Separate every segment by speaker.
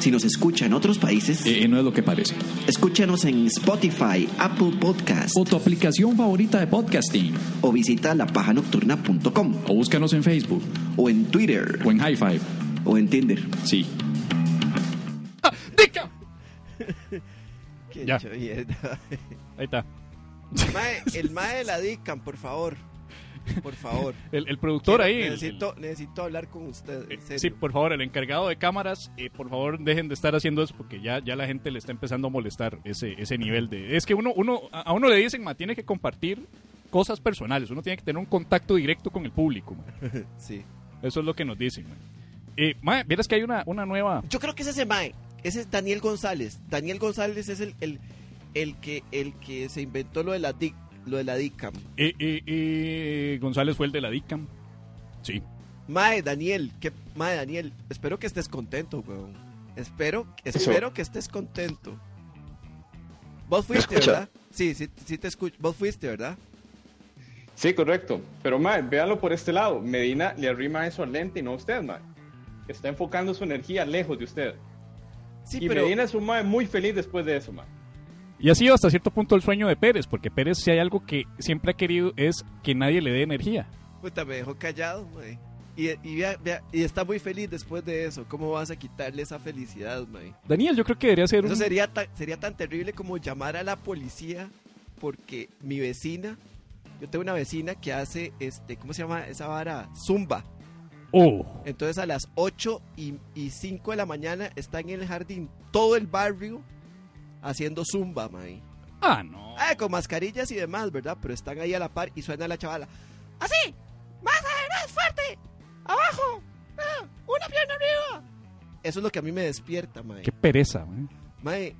Speaker 1: Si nos escucha en otros países,
Speaker 2: Eh, no es lo que parece.
Speaker 1: escúchanos en Spotify, Apple Podcast
Speaker 2: O tu aplicación favorita de podcasting.
Speaker 1: o visita lapajanocturna.com
Speaker 2: O búscanos en Facebook.
Speaker 1: o en Twitter
Speaker 2: O en High Five.
Speaker 1: o en Tinder.
Speaker 2: Sí.
Speaker 3: Qué
Speaker 4: Ya.
Speaker 3: hecho mierda.
Speaker 4: Ahí está.
Speaker 3: Mae, el mae de la DICAM, por favor. Por favor.
Speaker 4: El, el productor ahí. el-
Speaker 3: Necesito, necesito hablar con usted.
Speaker 4: el-
Speaker 3: en
Speaker 4: sí,
Speaker 3: serio.
Speaker 4: por favor, el encargado de cámaras, eh, por favor dejen de estar haciendo eso porque ya, ya la gente le está empezando a molestar ese, ese nivel de... Es que uno, uno a a uno le dicen, ma, tiene que compartir cosas personales, uno tiene que tener un contacto directo con el público. ma.
Speaker 3: Sí.
Speaker 4: Eso es lo que nos dicen. ma. Eh, ma, vieras que hay una, una nueva...
Speaker 3: Yo creo que es ese mae. Ese es Daniel González. Daniel González es el, el, el que, el que se inventó lo de la DIC, lo de la DICAM.
Speaker 4: eh, eh, eh, González fue el de la DICAM. Sí.
Speaker 3: Mae, Daniel, qué mae, Daniel. Espero que estés contento, weón. Espero, espero que estés contento. Vos fuiste,
Speaker 5: escucha?
Speaker 3: ¿verdad? Sí, sí, sí te escucho. Vos fuiste, ¿verdad?
Speaker 6: Sí, correcto. Pero, mae, véalo por este lado. Medina le arrima eso al lente y no a usted, mae. Está enfocando su energía lejos de usted.
Speaker 3: Sí,
Speaker 6: y Medina es un mae muy feliz después de eso, mae.
Speaker 4: Y ha sido hasta cierto punto el sueño de Pérez, porque Pérez si hay algo que siempre ha querido es que nadie le dé energía.
Speaker 3: Puta, Pues me dejó callado, mae. Y, y, vea- vea- y está muy feliz después de eso. ¿Cómo vas a quitarle esa felicidad, mae?
Speaker 4: Daniel, yo creo que debería ser
Speaker 3: Eso
Speaker 4: un-
Speaker 3: sería, ta- sería tan terrible como llamar a la policía porque mi vecina, yo tengo una vecina que hace, este, ¿cómo se llama esa vara? Zumba.
Speaker 4: Oh,
Speaker 3: Entonces a las 8 y, y 5 de la mañana está en el jardín todo el barrio haciendo zumba, mae.
Speaker 4: ah, no.
Speaker 3: Ah, con mascarillas y demás, ¿verdad? Pero están ahí a la par y suena la chavala. ¡Así! ¡Más adelante, fuerte! ¡Abajo! ¡Ah! ¡Una pierna arriba! Eso es lo que a mí me despierta, mae.
Speaker 4: Qué pereza, man.
Speaker 3: Mae,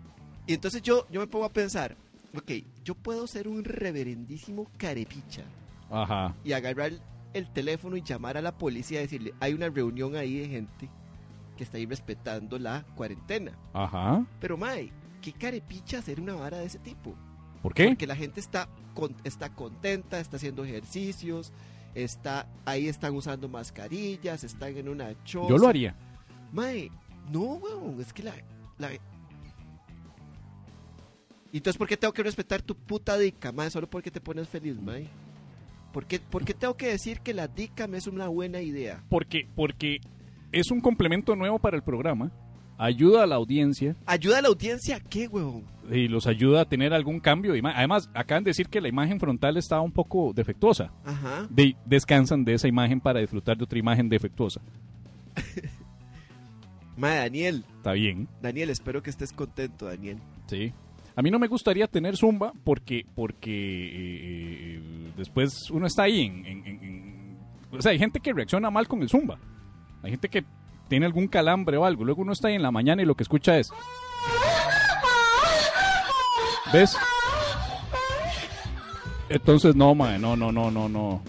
Speaker 3: Y entonces yo, yo me pongo a pensar, ok, yo puedo ser un reverendísimo carepicha
Speaker 4: Ajá.
Speaker 3: y agarrar el teléfono y llamar a la policía y decirle, hay una reunión ahí de gente que está ahí respetando la cuarentena.
Speaker 4: Ajá.
Speaker 3: Pero, Mae, ¿qué carepicha hacer una vara de ese tipo?
Speaker 4: ¿Por qué?
Speaker 3: Porque la gente está, con- está contenta, está haciendo ejercicios, está, ahí están usando mascarillas, están en una choza.
Speaker 4: Yo lo haría.
Speaker 3: Mae, no, weón, es que la... la- ¿Y entonces por qué tengo que respetar tu puta dica, mae? Solo porque te pones feliz, mae. ¿Por qué, por qué tengo que decir que la dica me es una buena idea?
Speaker 4: Porque, porque es un complemento nuevo para el programa. Ayuda a la audiencia
Speaker 3: ¿Ayuda a la audiencia? ¿Qué, weón?
Speaker 4: y los ayuda a tener algún cambio. de ima- Además, acaban de decir que la imagen frontal estaba un poco defectuosa.
Speaker 3: Ajá.
Speaker 4: De- descansan de esa imagen para disfrutar de otra imagen defectuosa.
Speaker 3: Mae, Daniel.
Speaker 4: Está bien.
Speaker 3: Daniel, espero que estés contento, Daniel.
Speaker 4: Sí. A mí no me gustaría tener zumba porque, porque eh, eh, después uno está ahí en, en- en- en- O sea, hay gente que reacciona mal con el zumba. Hay gente que tiene algún calambre o algo. Luego uno está ahí en la mañana y lo que escucha es... ¿Ves? Entonces no, mae, no, no, no, no, no.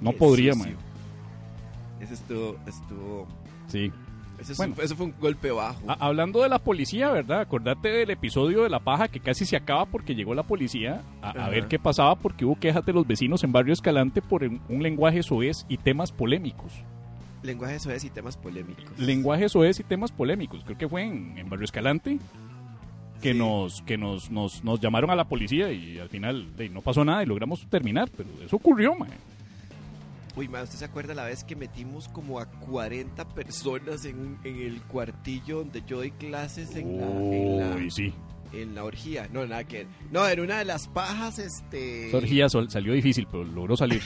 Speaker 4: No
Speaker 3: Qué
Speaker 4: podría, mae.
Speaker 3: sucio. Ese estuvo... estuvo
Speaker 4: Sí.
Speaker 3: ese, es-
Speaker 4: Bueno.
Speaker 3: eso fue un golpe bajo.
Speaker 4: Ha- Ah, hablando de la policía, ¿verdad? Acordate del episodio de la paja que casi se acaba porque llegó la policía a, a
Speaker 3: Ajá.
Speaker 4: ver qué pasaba porque hubo quejas de los vecinos en Barrio Escalante por un, un lenguaje soez y temas polémicos.
Speaker 3: Lenguaje soez y temas polémicos.
Speaker 4: Lenguaje soez y temas polémicos. Creo que fue en, en Barrio Escalante que
Speaker 3: Sí.
Speaker 4: nos que nos, nos, nos llamaron a la policía y al final de, no pasó nada y logramos terminar, pero eso ocurrió, man.
Speaker 3: Uy, ma, ¿usted se acuerda la vez que metimos como a 40 personas en, un- en el cuartillo donde yo doy clases en, la, en,
Speaker 4: Uy,
Speaker 3: la,
Speaker 4: sí.
Speaker 3: en la orgía? No, nada que ver. No, en una de las pajas, este...
Speaker 4: Esa orgía sol- salió difícil, pero logró salir.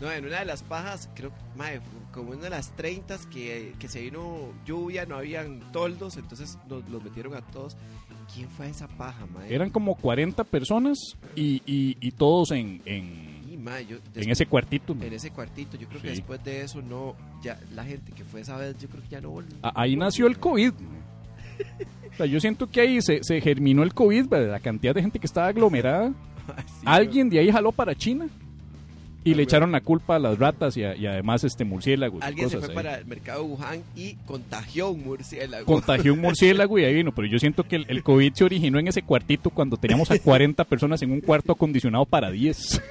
Speaker 3: No, en una de las pajas, creo que, mae, fue como una de las 30 que, que se vino lluvia, no habían toldos, entonces nos los metieron a todos. ¿Quién fue a esa paja, mae?
Speaker 4: Eran como 40 personas y, y- y todos en, en,
Speaker 3: Y, mae, yo-
Speaker 4: en ese cuartito.
Speaker 3: en ese cuartito, yo creo que
Speaker 4: Sí.
Speaker 3: después de eso no, ya la gente que fue esa vez, yo creo que ya no volvió.
Speaker 4: A- Ahí nació el COVID. O sea, yo siento que ahí se, se germinó el COVID, ¿verdad? la cantidad de gente que estaba aglomerada.
Speaker 3: Sí,
Speaker 4: Alguien de ahí jaló para China Y le echaron la culpa a las ratas y, a- y además este murciélagos. y
Speaker 7: Alguien se
Speaker 4: cosas
Speaker 7: fue
Speaker 4: ahí.
Speaker 7: para el mercado de Wuhan y contagió un murciélago.
Speaker 4: Contagió un murciélago y ahí vino, pero yo siento que el, el COVID se originó en ese cuartito cuando teníamos a 40 personas en un cuarto acondicionado para 10.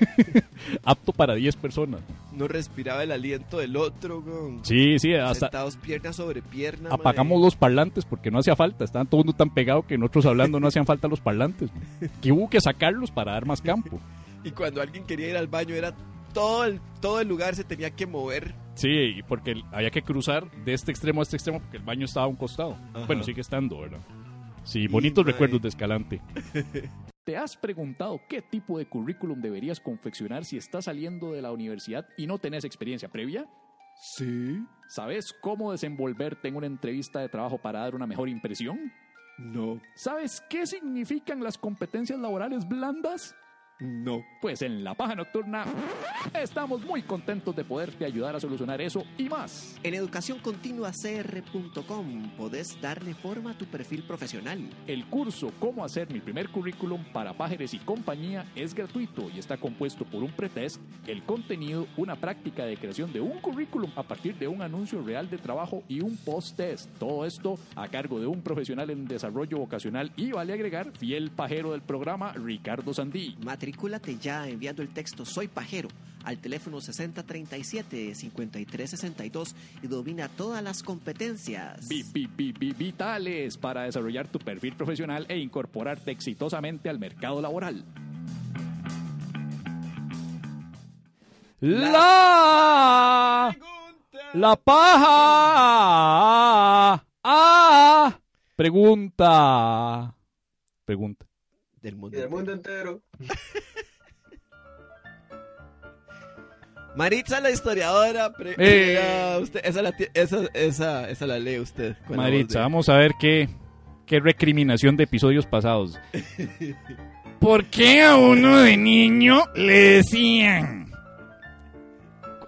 Speaker 4: Apto para 10 personas.
Speaker 7: no respiraba el aliento del otro, weón.
Speaker 4: Sí, sí, hasta,
Speaker 7: Sentados pierna sobre pierna. mae.
Speaker 4: apagamos los parlantes porque no hacía falta. Estaban todo el mundo tan pegado que nosotros hablando no hacían falta los parlantes. man. Que hubo que sacarlos para dar más campo.
Speaker 7: Y cuando alguien quería ir al baño, era todo el, todo el lugar se tenía que mover.
Speaker 4: Sí, y porque el- había que cruzar de este extremo a este extremo porque el baño estaba a un costado.
Speaker 7: Ajá.
Speaker 4: Bueno, sigue estando, ¿verdad? Sí, bonitos
Speaker 7: mae.
Speaker 4: recuerdos de Escalante.
Speaker 2: ¿Te has preguntado qué tipo de currículum deberías confeccionar si estás saliendo de la universidad y no tenés experiencia previa?
Speaker 7: Sí.
Speaker 2: ¿Sabes cómo desenvolverte en una entrevista de trabajo para dar una mejor impresión?
Speaker 7: No,
Speaker 2: ¿Sabes qué significan las competencias laborales blandas?
Speaker 7: no.
Speaker 2: Pues en La Paja Nocturna estamos muy contentos de poderte ayudar a solucionar eso y más.
Speaker 1: En educacioncontinuacr.com podés darle forma a tu perfil profesional.
Speaker 2: El curso Cómo hacer mi primer currículum para pájaros y compañía es gratuito y está compuesto por un pretest, el contenido, una práctica de creación de un currículum a partir de un anuncio real de trabajo y un post-test. Todo esto a cargo de un profesional en desarrollo vocacional y vale agregar fiel pajero del programa Ricardo Sandí.
Speaker 1: Matricúlate ya enviando el texto Soy Pajero al teléfono 6037-5362 y domina todas las competencias.
Speaker 2: Vi- vi- vi- vi- Vitales para desarrollar tu perfil profesional e incorporarte exitosamente al mercado laboral.
Speaker 4: La la paja. Ah, pregunta. Pregunta.
Speaker 7: Del mundo.
Speaker 6: del mundo
Speaker 7: entero.
Speaker 6: entero.
Speaker 7: Maritza, la historiadora. pre-
Speaker 4: Eh.
Speaker 7: Ah, usted- esa, la, ti- esa, esa, esa la lee usted. con la voz
Speaker 4: Maritza,
Speaker 7: de-
Speaker 4: vamos a ver qué qué recriminación de episodios pasados. ¿Por qué a uno de niño le decían?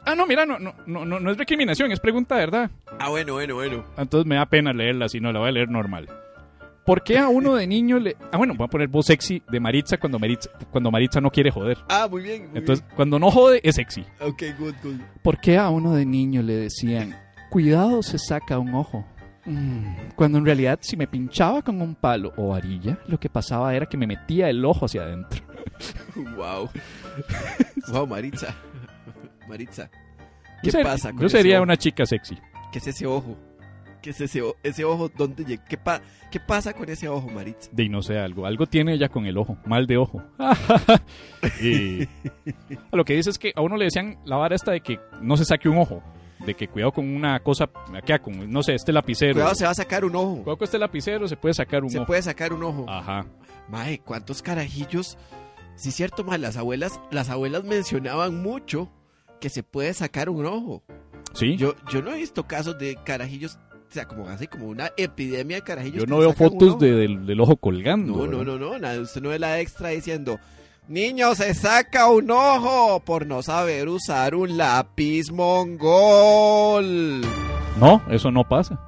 Speaker 4: Ah, no, mira, no, no, no, no no es recriminación, es pregunta, ¿verdad?
Speaker 7: Ah, bueno, bueno, bueno.
Speaker 4: Entonces me da pena leerla, si no la voy a leer normal. ¿Por qué a uno de niño le.? Ah, bueno, voy a poner voz sexy de Maritza cuando Maritza, cuando Maritza no quiere joder.
Speaker 7: Ah, muy bien. muy
Speaker 4: Entonces, cuando no jode, es sexy.
Speaker 7: bien. Ok, good, good.
Speaker 4: ¿Por qué a uno de niño le decían, cuidado se saca un ojo? Mm, Cuando en realidad si me pinchaba con un palo o varilla, lo que pasaba era que me metía el ojo hacia adentro.
Speaker 7: Wow. wow, Maritza. Maritza. ¿Qué
Speaker 4: Yo ser-
Speaker 7: pasa con
Speaker 4: Yo
Speaker 7: ese
Speaker 4: sería
Speaker 7: ojo?
Speaker 4: una chica sexy.
Speaker 7: ¿Qué es ese ojo? ¿Qué es ese, o- ese ojo? ¿Dónde llega? ¿Qué, pa- ¿Qué pasa con ese ojo, Maritza?
Speaker 4: De y no sé algo. Algo tiene ella con el ojo. Mal de ojo. y lo que dice es que a uno le decían la vara esta de que no se saque un ojo. De que cuidado con una cosa. acá con, no sé, este lapicero.
Speaker 7: Cuidado,
Speaker 4: Cuidado,
Speaker 7: se va a sacar un ojo.
Speaker 4: con este lapicero se puede sacar un
Speaker 7: Se
Speaker 4: ojo. Ah.
Speaker 7: puede sacar un ojo.
Speaker 4: Ajá.
Speaker 7: Mae, ¿cuántos carajillos? Sí, cierto, mae, las abuelas, las abuelas mencionaban mucho que se puede sacar un ojo.
Speaker 4: Sí. Yo,
Speaker 7: Yo, yo no he visto casos de carajillos, o sea, como así, como una epidemia de carajillos. que
Speaker 4: no
Speaker 7: se
Speaker 4: veo
Speaker 7: sacan un
Speaker 4: fotos
Speaker 7: ojo.
Speaker 4: de- del, del ojo colgando.
Speaker 7: No, no,
Speaker 4: ¿verdad?
Speaker 7: no, no, nada, usted no ve la extra diciendo, niño, se saca un ojo por no saber usar un lápiz mongol.
Speaker 4: No, eso no pasa.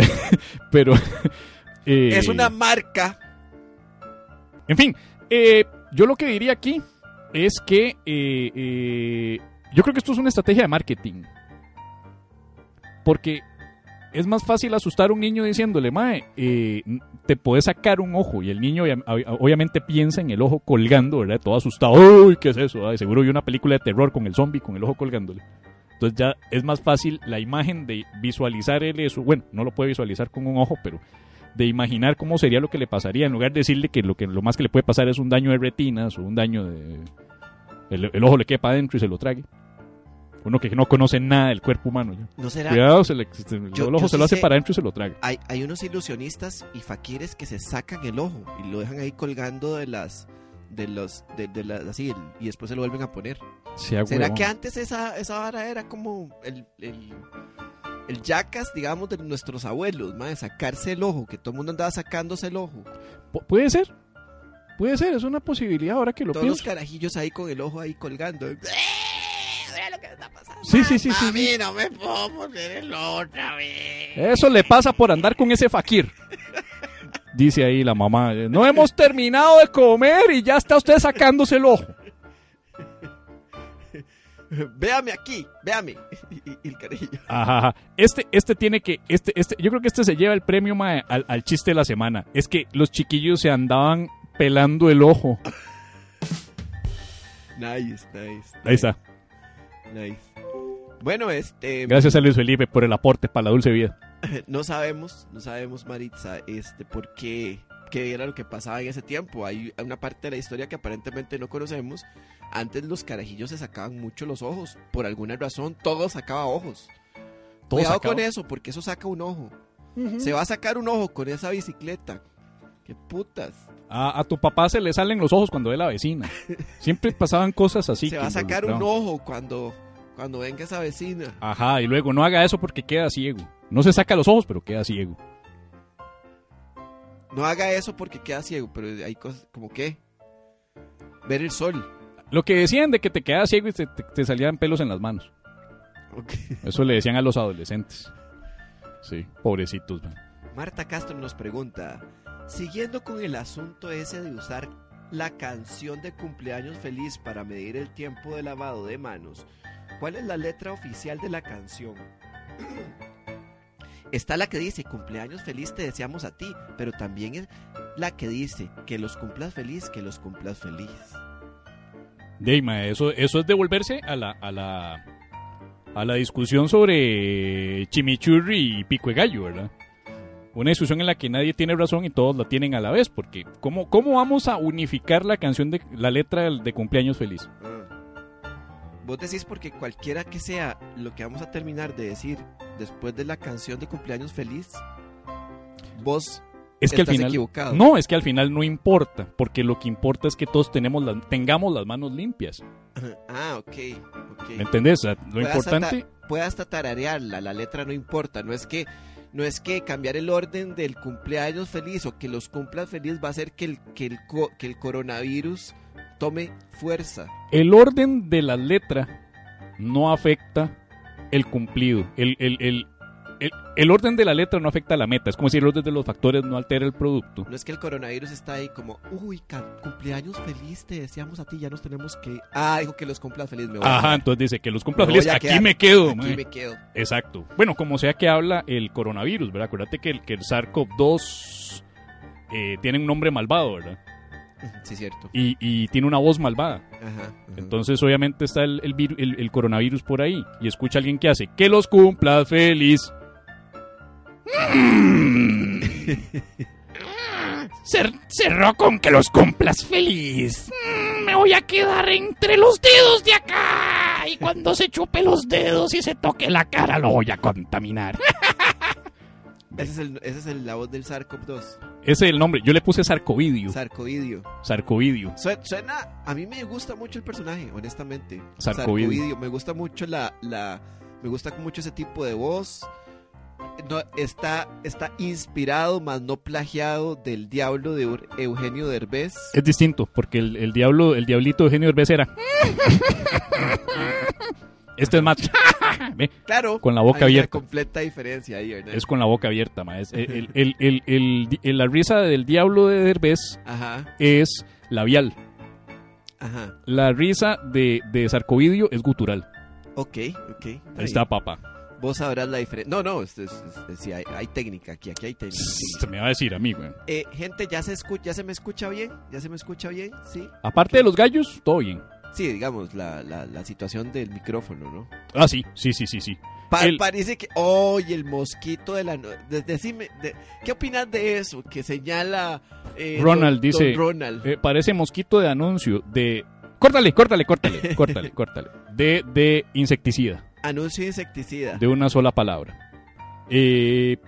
Speaker 4: Pero. eh,
Speaker 7: Es una marca.
Speaker 4: En fin, eh, yo lo que diría aquí es que eh, eh, yo creo que esto es una estrategia de marketing. Porque es más fácil asustar a un niño diciéndole, Mae, eh, te puedes sacar un ojo. Y el niño obvia- ob- obviamente piensa en el ojo colgando, ¿verdad? Todo asustado. Uy, ¿qué es eso? Ay, seguro vi una película de terror con el zombie con el ojo colgándole. Entonces ya es más fácil la imagen de visualizar él eso. Bueno, no lo puede visualizar con un ojo, pero de imaginar cómo sería lo que le pasaría en lugar de decirle que lo que lo más que le puede pasar es un daño de retinas o un daño de el, el ojo le quepa adentro y se lo trague uno que no conoce nada del cuerpo humano ya.
Speaker 7: No será.
Speaker 4: cuidado se le- se-
Speaker 7: Yo-
Speaker 4: el ojo
Speaker 7: yo
Speaker 4: se
Speaker 7: sí
Speaker 4: lo hace
Speaker 7: sé.
Speaker 4: para adentro y se lo traga
Speaker 7: Hay, hay unos ilusionistas y faquires que se sacan el ojo y lo dejan ahí colgando de las. De los. De, de las- así, el- y después se lo vuelven a poner.
Speaker 4: Sea
Speaker 7: ¿Será
Speaker 4: Ah, huevón.
Speaker 7: que antes esa, esa vara era como el. el el yacas, digamos, de nuestros abuelos, ma, de sacarse el ojo, que todo el mundo andaba sacándose el ojo.
Speaker 4: Pu- puede ser puede ser es una posibilidad ahora que lo
Speaker 7: Todos los
Speaker 4: pienso
Speaker 7: carajillos ahí con el ojo ahí colgando. ¡Eh! Mira lo que está pasando.
Speaker 4: Sí, sí, sí, sí,
Speaker 7: A mí no me puedo poner el ojo otra vez.
Speaker 4: eso le pasa por andar con ese fakir dice ahí la mamá no hemos terminado de comer y ya está usted sacándose el ojo
Speaker 7: véame aquí, véame. Y, y- y el carajillo.
Speaker 4: Ajá, ajá. Este, este tiene que, este, este, yo creo que este se lleva el premio mae, al, al chiste de la semana. Es que los chiquillos se andaban pelando el ojo.
Speaker 7: Nice, nice.
Speaker 4: Ahí está.
Speaker 7: Nice. Bueno, este. pues,
Speaker 4: Gracias a Luis Felipe por el aporte para la dulce vida.
Speaker 7: No sabemos, no sabemos, Maritza, este, por qué, qué era lo que pasaba en ese tiempo. Hay una parte de la historia que aparentemente no conocemos. Antes los carajillos se sacaban mucho los ojos. Por alguna razón, todo sacaba ojos.
Speaker 4: Todo
Speaker 7: Cuidado
Speaker 4: sacaba-
Speaker 7: con eso, porque eso saca un ojo. Se va a sacar un ojo con esa bicicleta. Qué putas.
Speaker 4: A, a tu papá se le salen los ojos cuando ve la vecina. Siempre pasaban cosas así.
Speaker 7: se
Speaker 4: que
Speaker 7: va a sacar un
Speaker 4: involucraban.
Speaker 7: ojo cuando, cuando venga esa vecina.
Speaker 4: Ajá, y luego no haga eso porque queda ciego. No se saca los ojos, pero queda ciego.
Speaker 7: No haga eso porque queda ciego, pero hay cosas como que ver el sol.
Speaker 4: Lo que decían de que te quedas ciego y te, te- te salían pelos en las manos.
Speaker 7: Ok.
Speaker 4: Eso le decían a los adolescentes. Sí, pobrecitos. man.
Speaker 7: Marta Castro nos pregunta, siguiendo con el asunto ese de usar la canción de cumpleaños feliz para medir el tiempo de lavado de manos, ¿cuál es la letra oficial de la canción? Está la que dice cumpleaños feliz te deseamos a ti, pero también es la que dice que los cumplas feliz, que los cumplas feliz.
Speaker 4: Deima, eso, eso es devolverse a la, a la a la discusión sobre chimichurri y pico de gallo, ¿verdad? Una discusión en la que nadie tiene razón y todos la tienen a la vez, porque ¿cómo, cómo vamos a unificar la canción de la letra del- de cumpleaños feliz?
Speaker 7: Mm. Vos decís porque cualquiera que sea lo que vamos a terminar de decir después de la canción de cumpleaños feliz, vos
Speaker 4: Es que al
Speaker 7: Estás
Speaker 4: final
Speaker 7: equivocado.
Speaker 4: no, es que al final no importa, porque lo que importa es que todos tenemos las- tengamos las manos limpias,
Speaker 7: Ah, ok, ok.
Speaker 4: ¿me entendés? O sea, lo
Speaker 7: Puedas
Speaker 4: importante
Speaker 7: hasta- puedas hasta tararearla, la letra no importa, no es que no es que cambiar el orden del cumpleaños feliz o que los cumplas feliz va a hacer que el que el co- que el coronavirus tome fuerza.
Speaker 4: El orden de la letra no afecta el cumplido. El, el- el- el- el orden de la letra no afecta la meta. Es como si el orden de los factores no altera el producto.
Speaker 7: No es que el coronavirus está ahí como, "Uy, ca- cumpleaños feliz, te deseamos a ti, ya nos tenemos que Ah, dijo que los cumplas feliz me voy. a
Speaker 4: Ajá,
Speaker 7: quedar.
Speaker 4: entonces dice que los cumpla
Speaker 7: Me
Speaker 4: feliz.
Speaker 7: voy a
Speaker 4: Aquí
Speaker 7: quedar.
Speaker 4: me quedo.
Speaker 7: Aquí
Speaker 4: mae.
Speaker 7: me quedo.
Speaker 4: Exacto. Bueno, como sea que habla el coronavirus, ¿verdad? Acuérdate que el, que el SARS-CoV-2 eh, tiene un nombre malvado, ¿verdad?
Speaker 7: Sí, cierto.
Speaker 4: Y, y tiene una voz malvada.
Speaker 7: Ajá. ajá.
Speaker 4: Entonces, obviamente, está el, el viru- el- el coronavirus por ahí. Y escucha a alguien que hace que los cumpla feliz. Mm. Cer- cerró con que los cumplas feliz. Mm, me voy a quedar entre los dedos de acá. Y cuando se chupe los dedos y se toque la cara, lo voy a contaminar.
Speaker 7: Ese es el ese es el la voz del SARS-CoV-2,
Speaker 4: Ese es el nombre. Yo le puse Sarcovidio.
Speaker 7: sarcoidio.
Speaker 4: Sarcovidio.
Speaker 7: Sue- Suena, a mí me gusta mucho el personaje, honestamente.
Speaker 4: Sarcovidio.
Speaker 7: Me gusta mucho la, la, me gusta mucho ese tipo de voz. No, está, está inspirado, más no plagiado del diablo de Ur- Eugenio Derbez.
Speaker 4: Es distinto, porque el, el diablo, el diablito de Eugenio Derbez era. Este es más. Ve,
Speaker 7: Claro,
Speaker 4: con la boca
Speaker 7: hay
Speaker 4: abierta.
Speaker 7: Una completa diferencia ahí, ¿verdad?
Speaker 4: Es con la boca abierta, ma. Es el- el- el- el- el- la risa del diablo de Derbez
Speaker 7: Ajá,
Speaker 4: es labial.
Speaker 7: ajá.
Speaker 4: La risa de, de Sarcovidio es gutural.
Speaker 7: Ok, ok.
Speaker 4: Ahí está, papá.
Speaker 7: Vos sabrás la diferencia. No, no, es- es- es- es- sí, hay, hay técnica aquí, aquí hay técnica.
Speaker 4: Se me va a decir a mí, güey.
Speaker 7: Eh, gente, ¿ya se, escu- ¿ya se me escucha bien? ¿Ya se me escucha bien? ¿Sí?
Speaker 4: Aparte de los gallos, todo bien.
Speaker 7: Sí, digamos, la, la, la situación del micrófono, ¿no?
Speaker 4: Ah, sí, sí, sí, sí, sí.
Speaker 7: Pa-
Speaker 4: El-
Speaker 7: Parece que, oye, el mosquito de la no- de- decime, de- ¿qué opinas de eso? Que señala eh,
Speaker 4: Ronald
Speaker 7: don- don
Speaker 4: dice-
Speaker 7: Ronald.
Speaker 4: Eh, parece mosquito de anuncio de. Córtale, córtale, córtale, córtale, córtale. De, de insecticida.
Speaker 7: Anuncio de insecticida.
Speaker 4: de una sola palabra. Eh,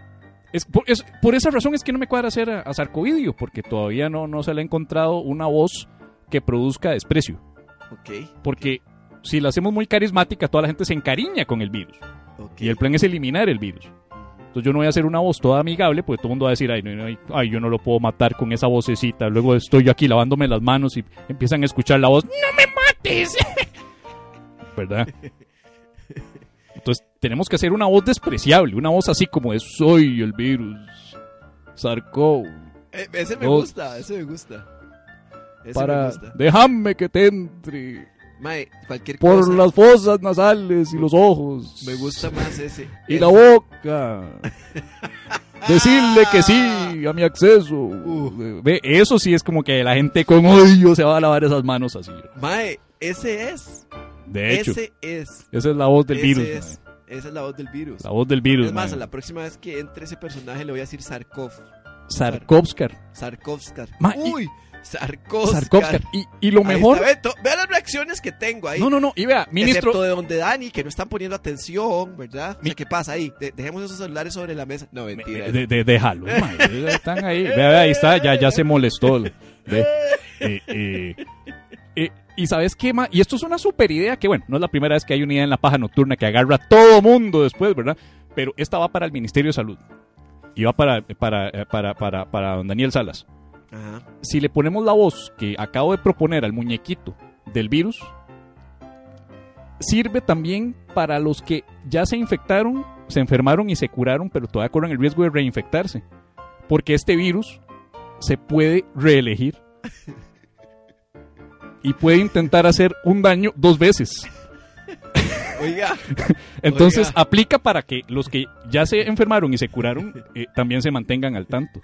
Speaker 4: es, por, es- por esa razón es que no me cuadra hacer a, a Sarcovidio, porque todavía no, no se le ha encontrado una voz que produzca desprecio.
Speaker 7: Ok,
Speaker 4: Porque si la hacemos muy carismática, toda la gente se encariña con el virus.
Speaker 7: ok.
Speaker 4: Y el plan es eliminar el virus. Entonces yo no voy a hacer una voz toda amigable, porque todo el mundo va a decir, ay, no, no, ay, ay, yo no lo puedo matar con esa vocecita. Luego estoy yo aquí lavándome las manos y empiezan a escuchar la voz, no me mates. ¿Verdad? Entonces tenemos que hacer una voz despreciable, una voz así como de soy el virus. Sarko,
Speaker 7: Eh, ese me
Speaker 4: Dos.
Speaker 7: gusta, ese me gusta. Ese me
Speaker 4: para...
Speaker 7: gusta.
Speaker 4: Déjame que te entre.
Speaker 7: Mae, cualquier
Speaker 4: Por
Speaker 7: cosa.
Speaker 4: las fosas nasales y los ojos.
Speaker 7: Me gusta más ese.
Speaker 4: Y la boca. Decirle que sí a mi acceso. Eh, Ve, eso sí es como que la gente con odio se va a lavar esas manos así.
Speaker 7: Mae, ese es.
Speaker 4: De hecho,
Speaker 7: Ese es.
Speaker 4: esa es la voz del
Speaker 7: ese
Speaker 4: virus.
Speaker 7: es.
Speaker 4: mae.
Speaker 7: Esa es la voz del virus.
Speaker 4: La voz del virus.
Speaker 7: es más, a
Speaker 4: mae.
Speaker 7: la próxima vez que entre ese personaje le voy a decir Sarkov.
Speaker 4: Sarkovskar.
Speaker 7: Sarkovskar.
Speaker 4: Ma, y-
Speaker 7: Uy, Sarkovskar.
Speaker 4: Sarkovskar. Y, y lo
Speaker 7: Ahí
Speaker 4: mejor.
Speaker 7: está, ve, to- vea las reacciones que tengo ahí.
Speaker 4: No, no, no. Y vea,
Speaker 7: Excepto
Speaker 4: ministro.
Speaker 7: de donde Dani, que no están poniendo atención, ¿verdad? O sea, ¿Qué pasa ahí? De- dejemos esos celulares sobre la mesa. No, mentira.
Speaker 4: De, de- déjalo, mae, Están ahí. Vea, vea, ahí está. Ya, ya se molestó. Ve, eh, eh, eh, y sabes qué, ma? y esto es una super idea que, bueno, no es la primera vez que hay una idea en la paja nocturna que agarra a todo mundo después, ¿verdad? Pero esta va para el Ministerio de Salud. Y va para, para, eh, para, para, para don Daniel Salas.
Speaker 7: Ajá.
Speaker 4: Si le ponemos la voz que acabo de proponer al muñequito del virus, sirve también para los que ya se infectaron, se enfermaron y se curaron, pero todavía corren el riesgo de reinfectarse. Porque este virus se puede reelegir. Y puede intentar hacer un daño dos veces.
Speaker 7: Oiga,
Speaker 4: Entonces
Speaker 7: Oiga.
Speaker 4: aplica para que los que ya se enfermaron y se curaron eh, también se mantengan al tanto.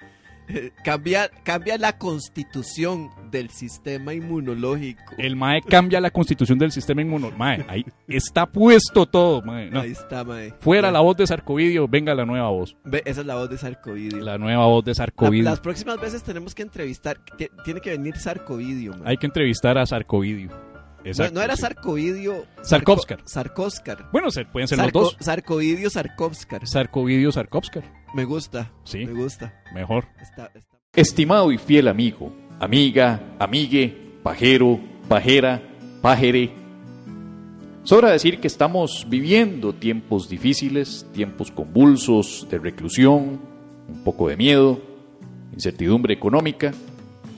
Speaker 7: cambia, cambia la constitución del sistema inmunológico.
Speaker 4: El MAE cambia la constitución del sistema inmunológico. MAE, ahí está puesto todo, MAE. no.
Speaker 7: Ahí está, mae.
Speaker 4: Fuera la voz de Sarcovidio, venga la nueva voz.
Speaker 7: Ve, esa es la voz de Sarcovidio.
Speaker 4: La nueva voz de
Speaker 7: La-
Speaker 4: Sarcovidio.
Speaker 7: las próximas veces tenemos que entrevistar. ti- Tiene que venir Sarcovidio, mae.
Speaker 4: Hay que entrevistar a Sarcovidio.
Speaker 7: No,
Speaker 4: Exacto,
Speaker 7: no era
Speaker 4: sí.
Speaker 7: Sarcovidio.
Speaker 4: Sarkovskar.
Speaker 7: Sarkovskar.
Speaker 4: Bueno, se- pueden ser
Speaker 7: Sarco-
Speaker 4: los dos.
Speaker 7: Sarcovidio Sarkovskar.
Speaker 4: Sarcovidio, Sarkovskar.
Speaker 7: Me gusta.
Speaker 4: Sí.
Speaker 7: Me gusta.
Speaker 4: Mejor.
Speaker 7: Está- está-
Speaker 2: Estimado y fiel amigo, amiga, amigue, pajero, pajera, pajere. Sobra decir que estamos viviendo tiempos difíciles, tiempos convulsos, de reclusión, un poco de miedo, incertidumbre económica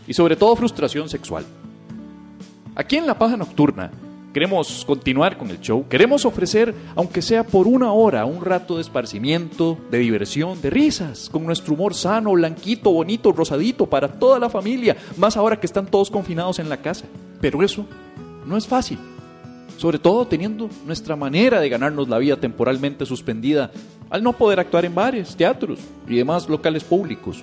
Speaker 2: y sobre todo frustración sexual. Aquí en La Paja Nocturna queremos continuar con el show, queremos ofrecer, aunque sea por una hora, un rato de esparcimiento, de diversión, de risas, con nuestro humor sano, blanquito, bonito, rosadito, para toda la familia, más ahora que están todos confinados en la casa. Pero eso no es fácil, sobre todo teniendo nuestra manera de ganarnos la vida temporalmente suspendida al no poder actuar en bares, teatros y demás locales públicos.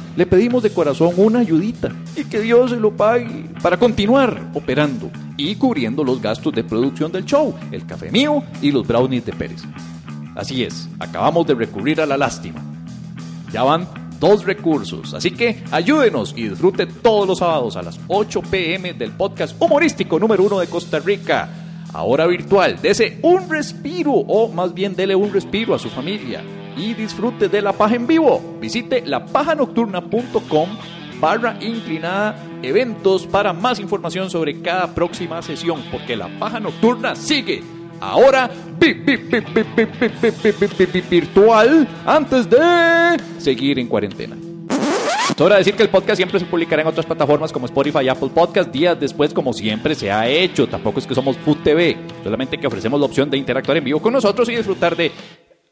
Speaker 2: le pedimos de corazón una ayudita y que Dios se lo pague para continuar operando y cubriendo los gastos de producción del show, el café mío y los brownies de Pérez. Así es, acabamos de recurrir a la lástima. Ya van dos recursos, así que ayúdenos y disfrute todos los sábados a las 8 pm del podcast humorístico número uno de Costa Rica. Ahora virtual, dese un respiro o más bien dele un respiro a su familia y disfrute de la paja en vivo. Visite lapajanocturna.com barra inclinada eventos para más información sobre cada próxima sesión, porque la paja nocturna sigue. Ahora, vi- vi- vi- vi- vi- vi- vi- vi- vi- vi- vi- virtual antes de seguir en cuarentena. Sobra decir que el podcast siempre se publicará en otras plataformas como Spotify y Apple Podcast días después, como siempre se ha hecho. Tampoco es que somos Food TV, solamente que ofrecemos la opción de interactuar en vivo con nosotros y disfrutar de.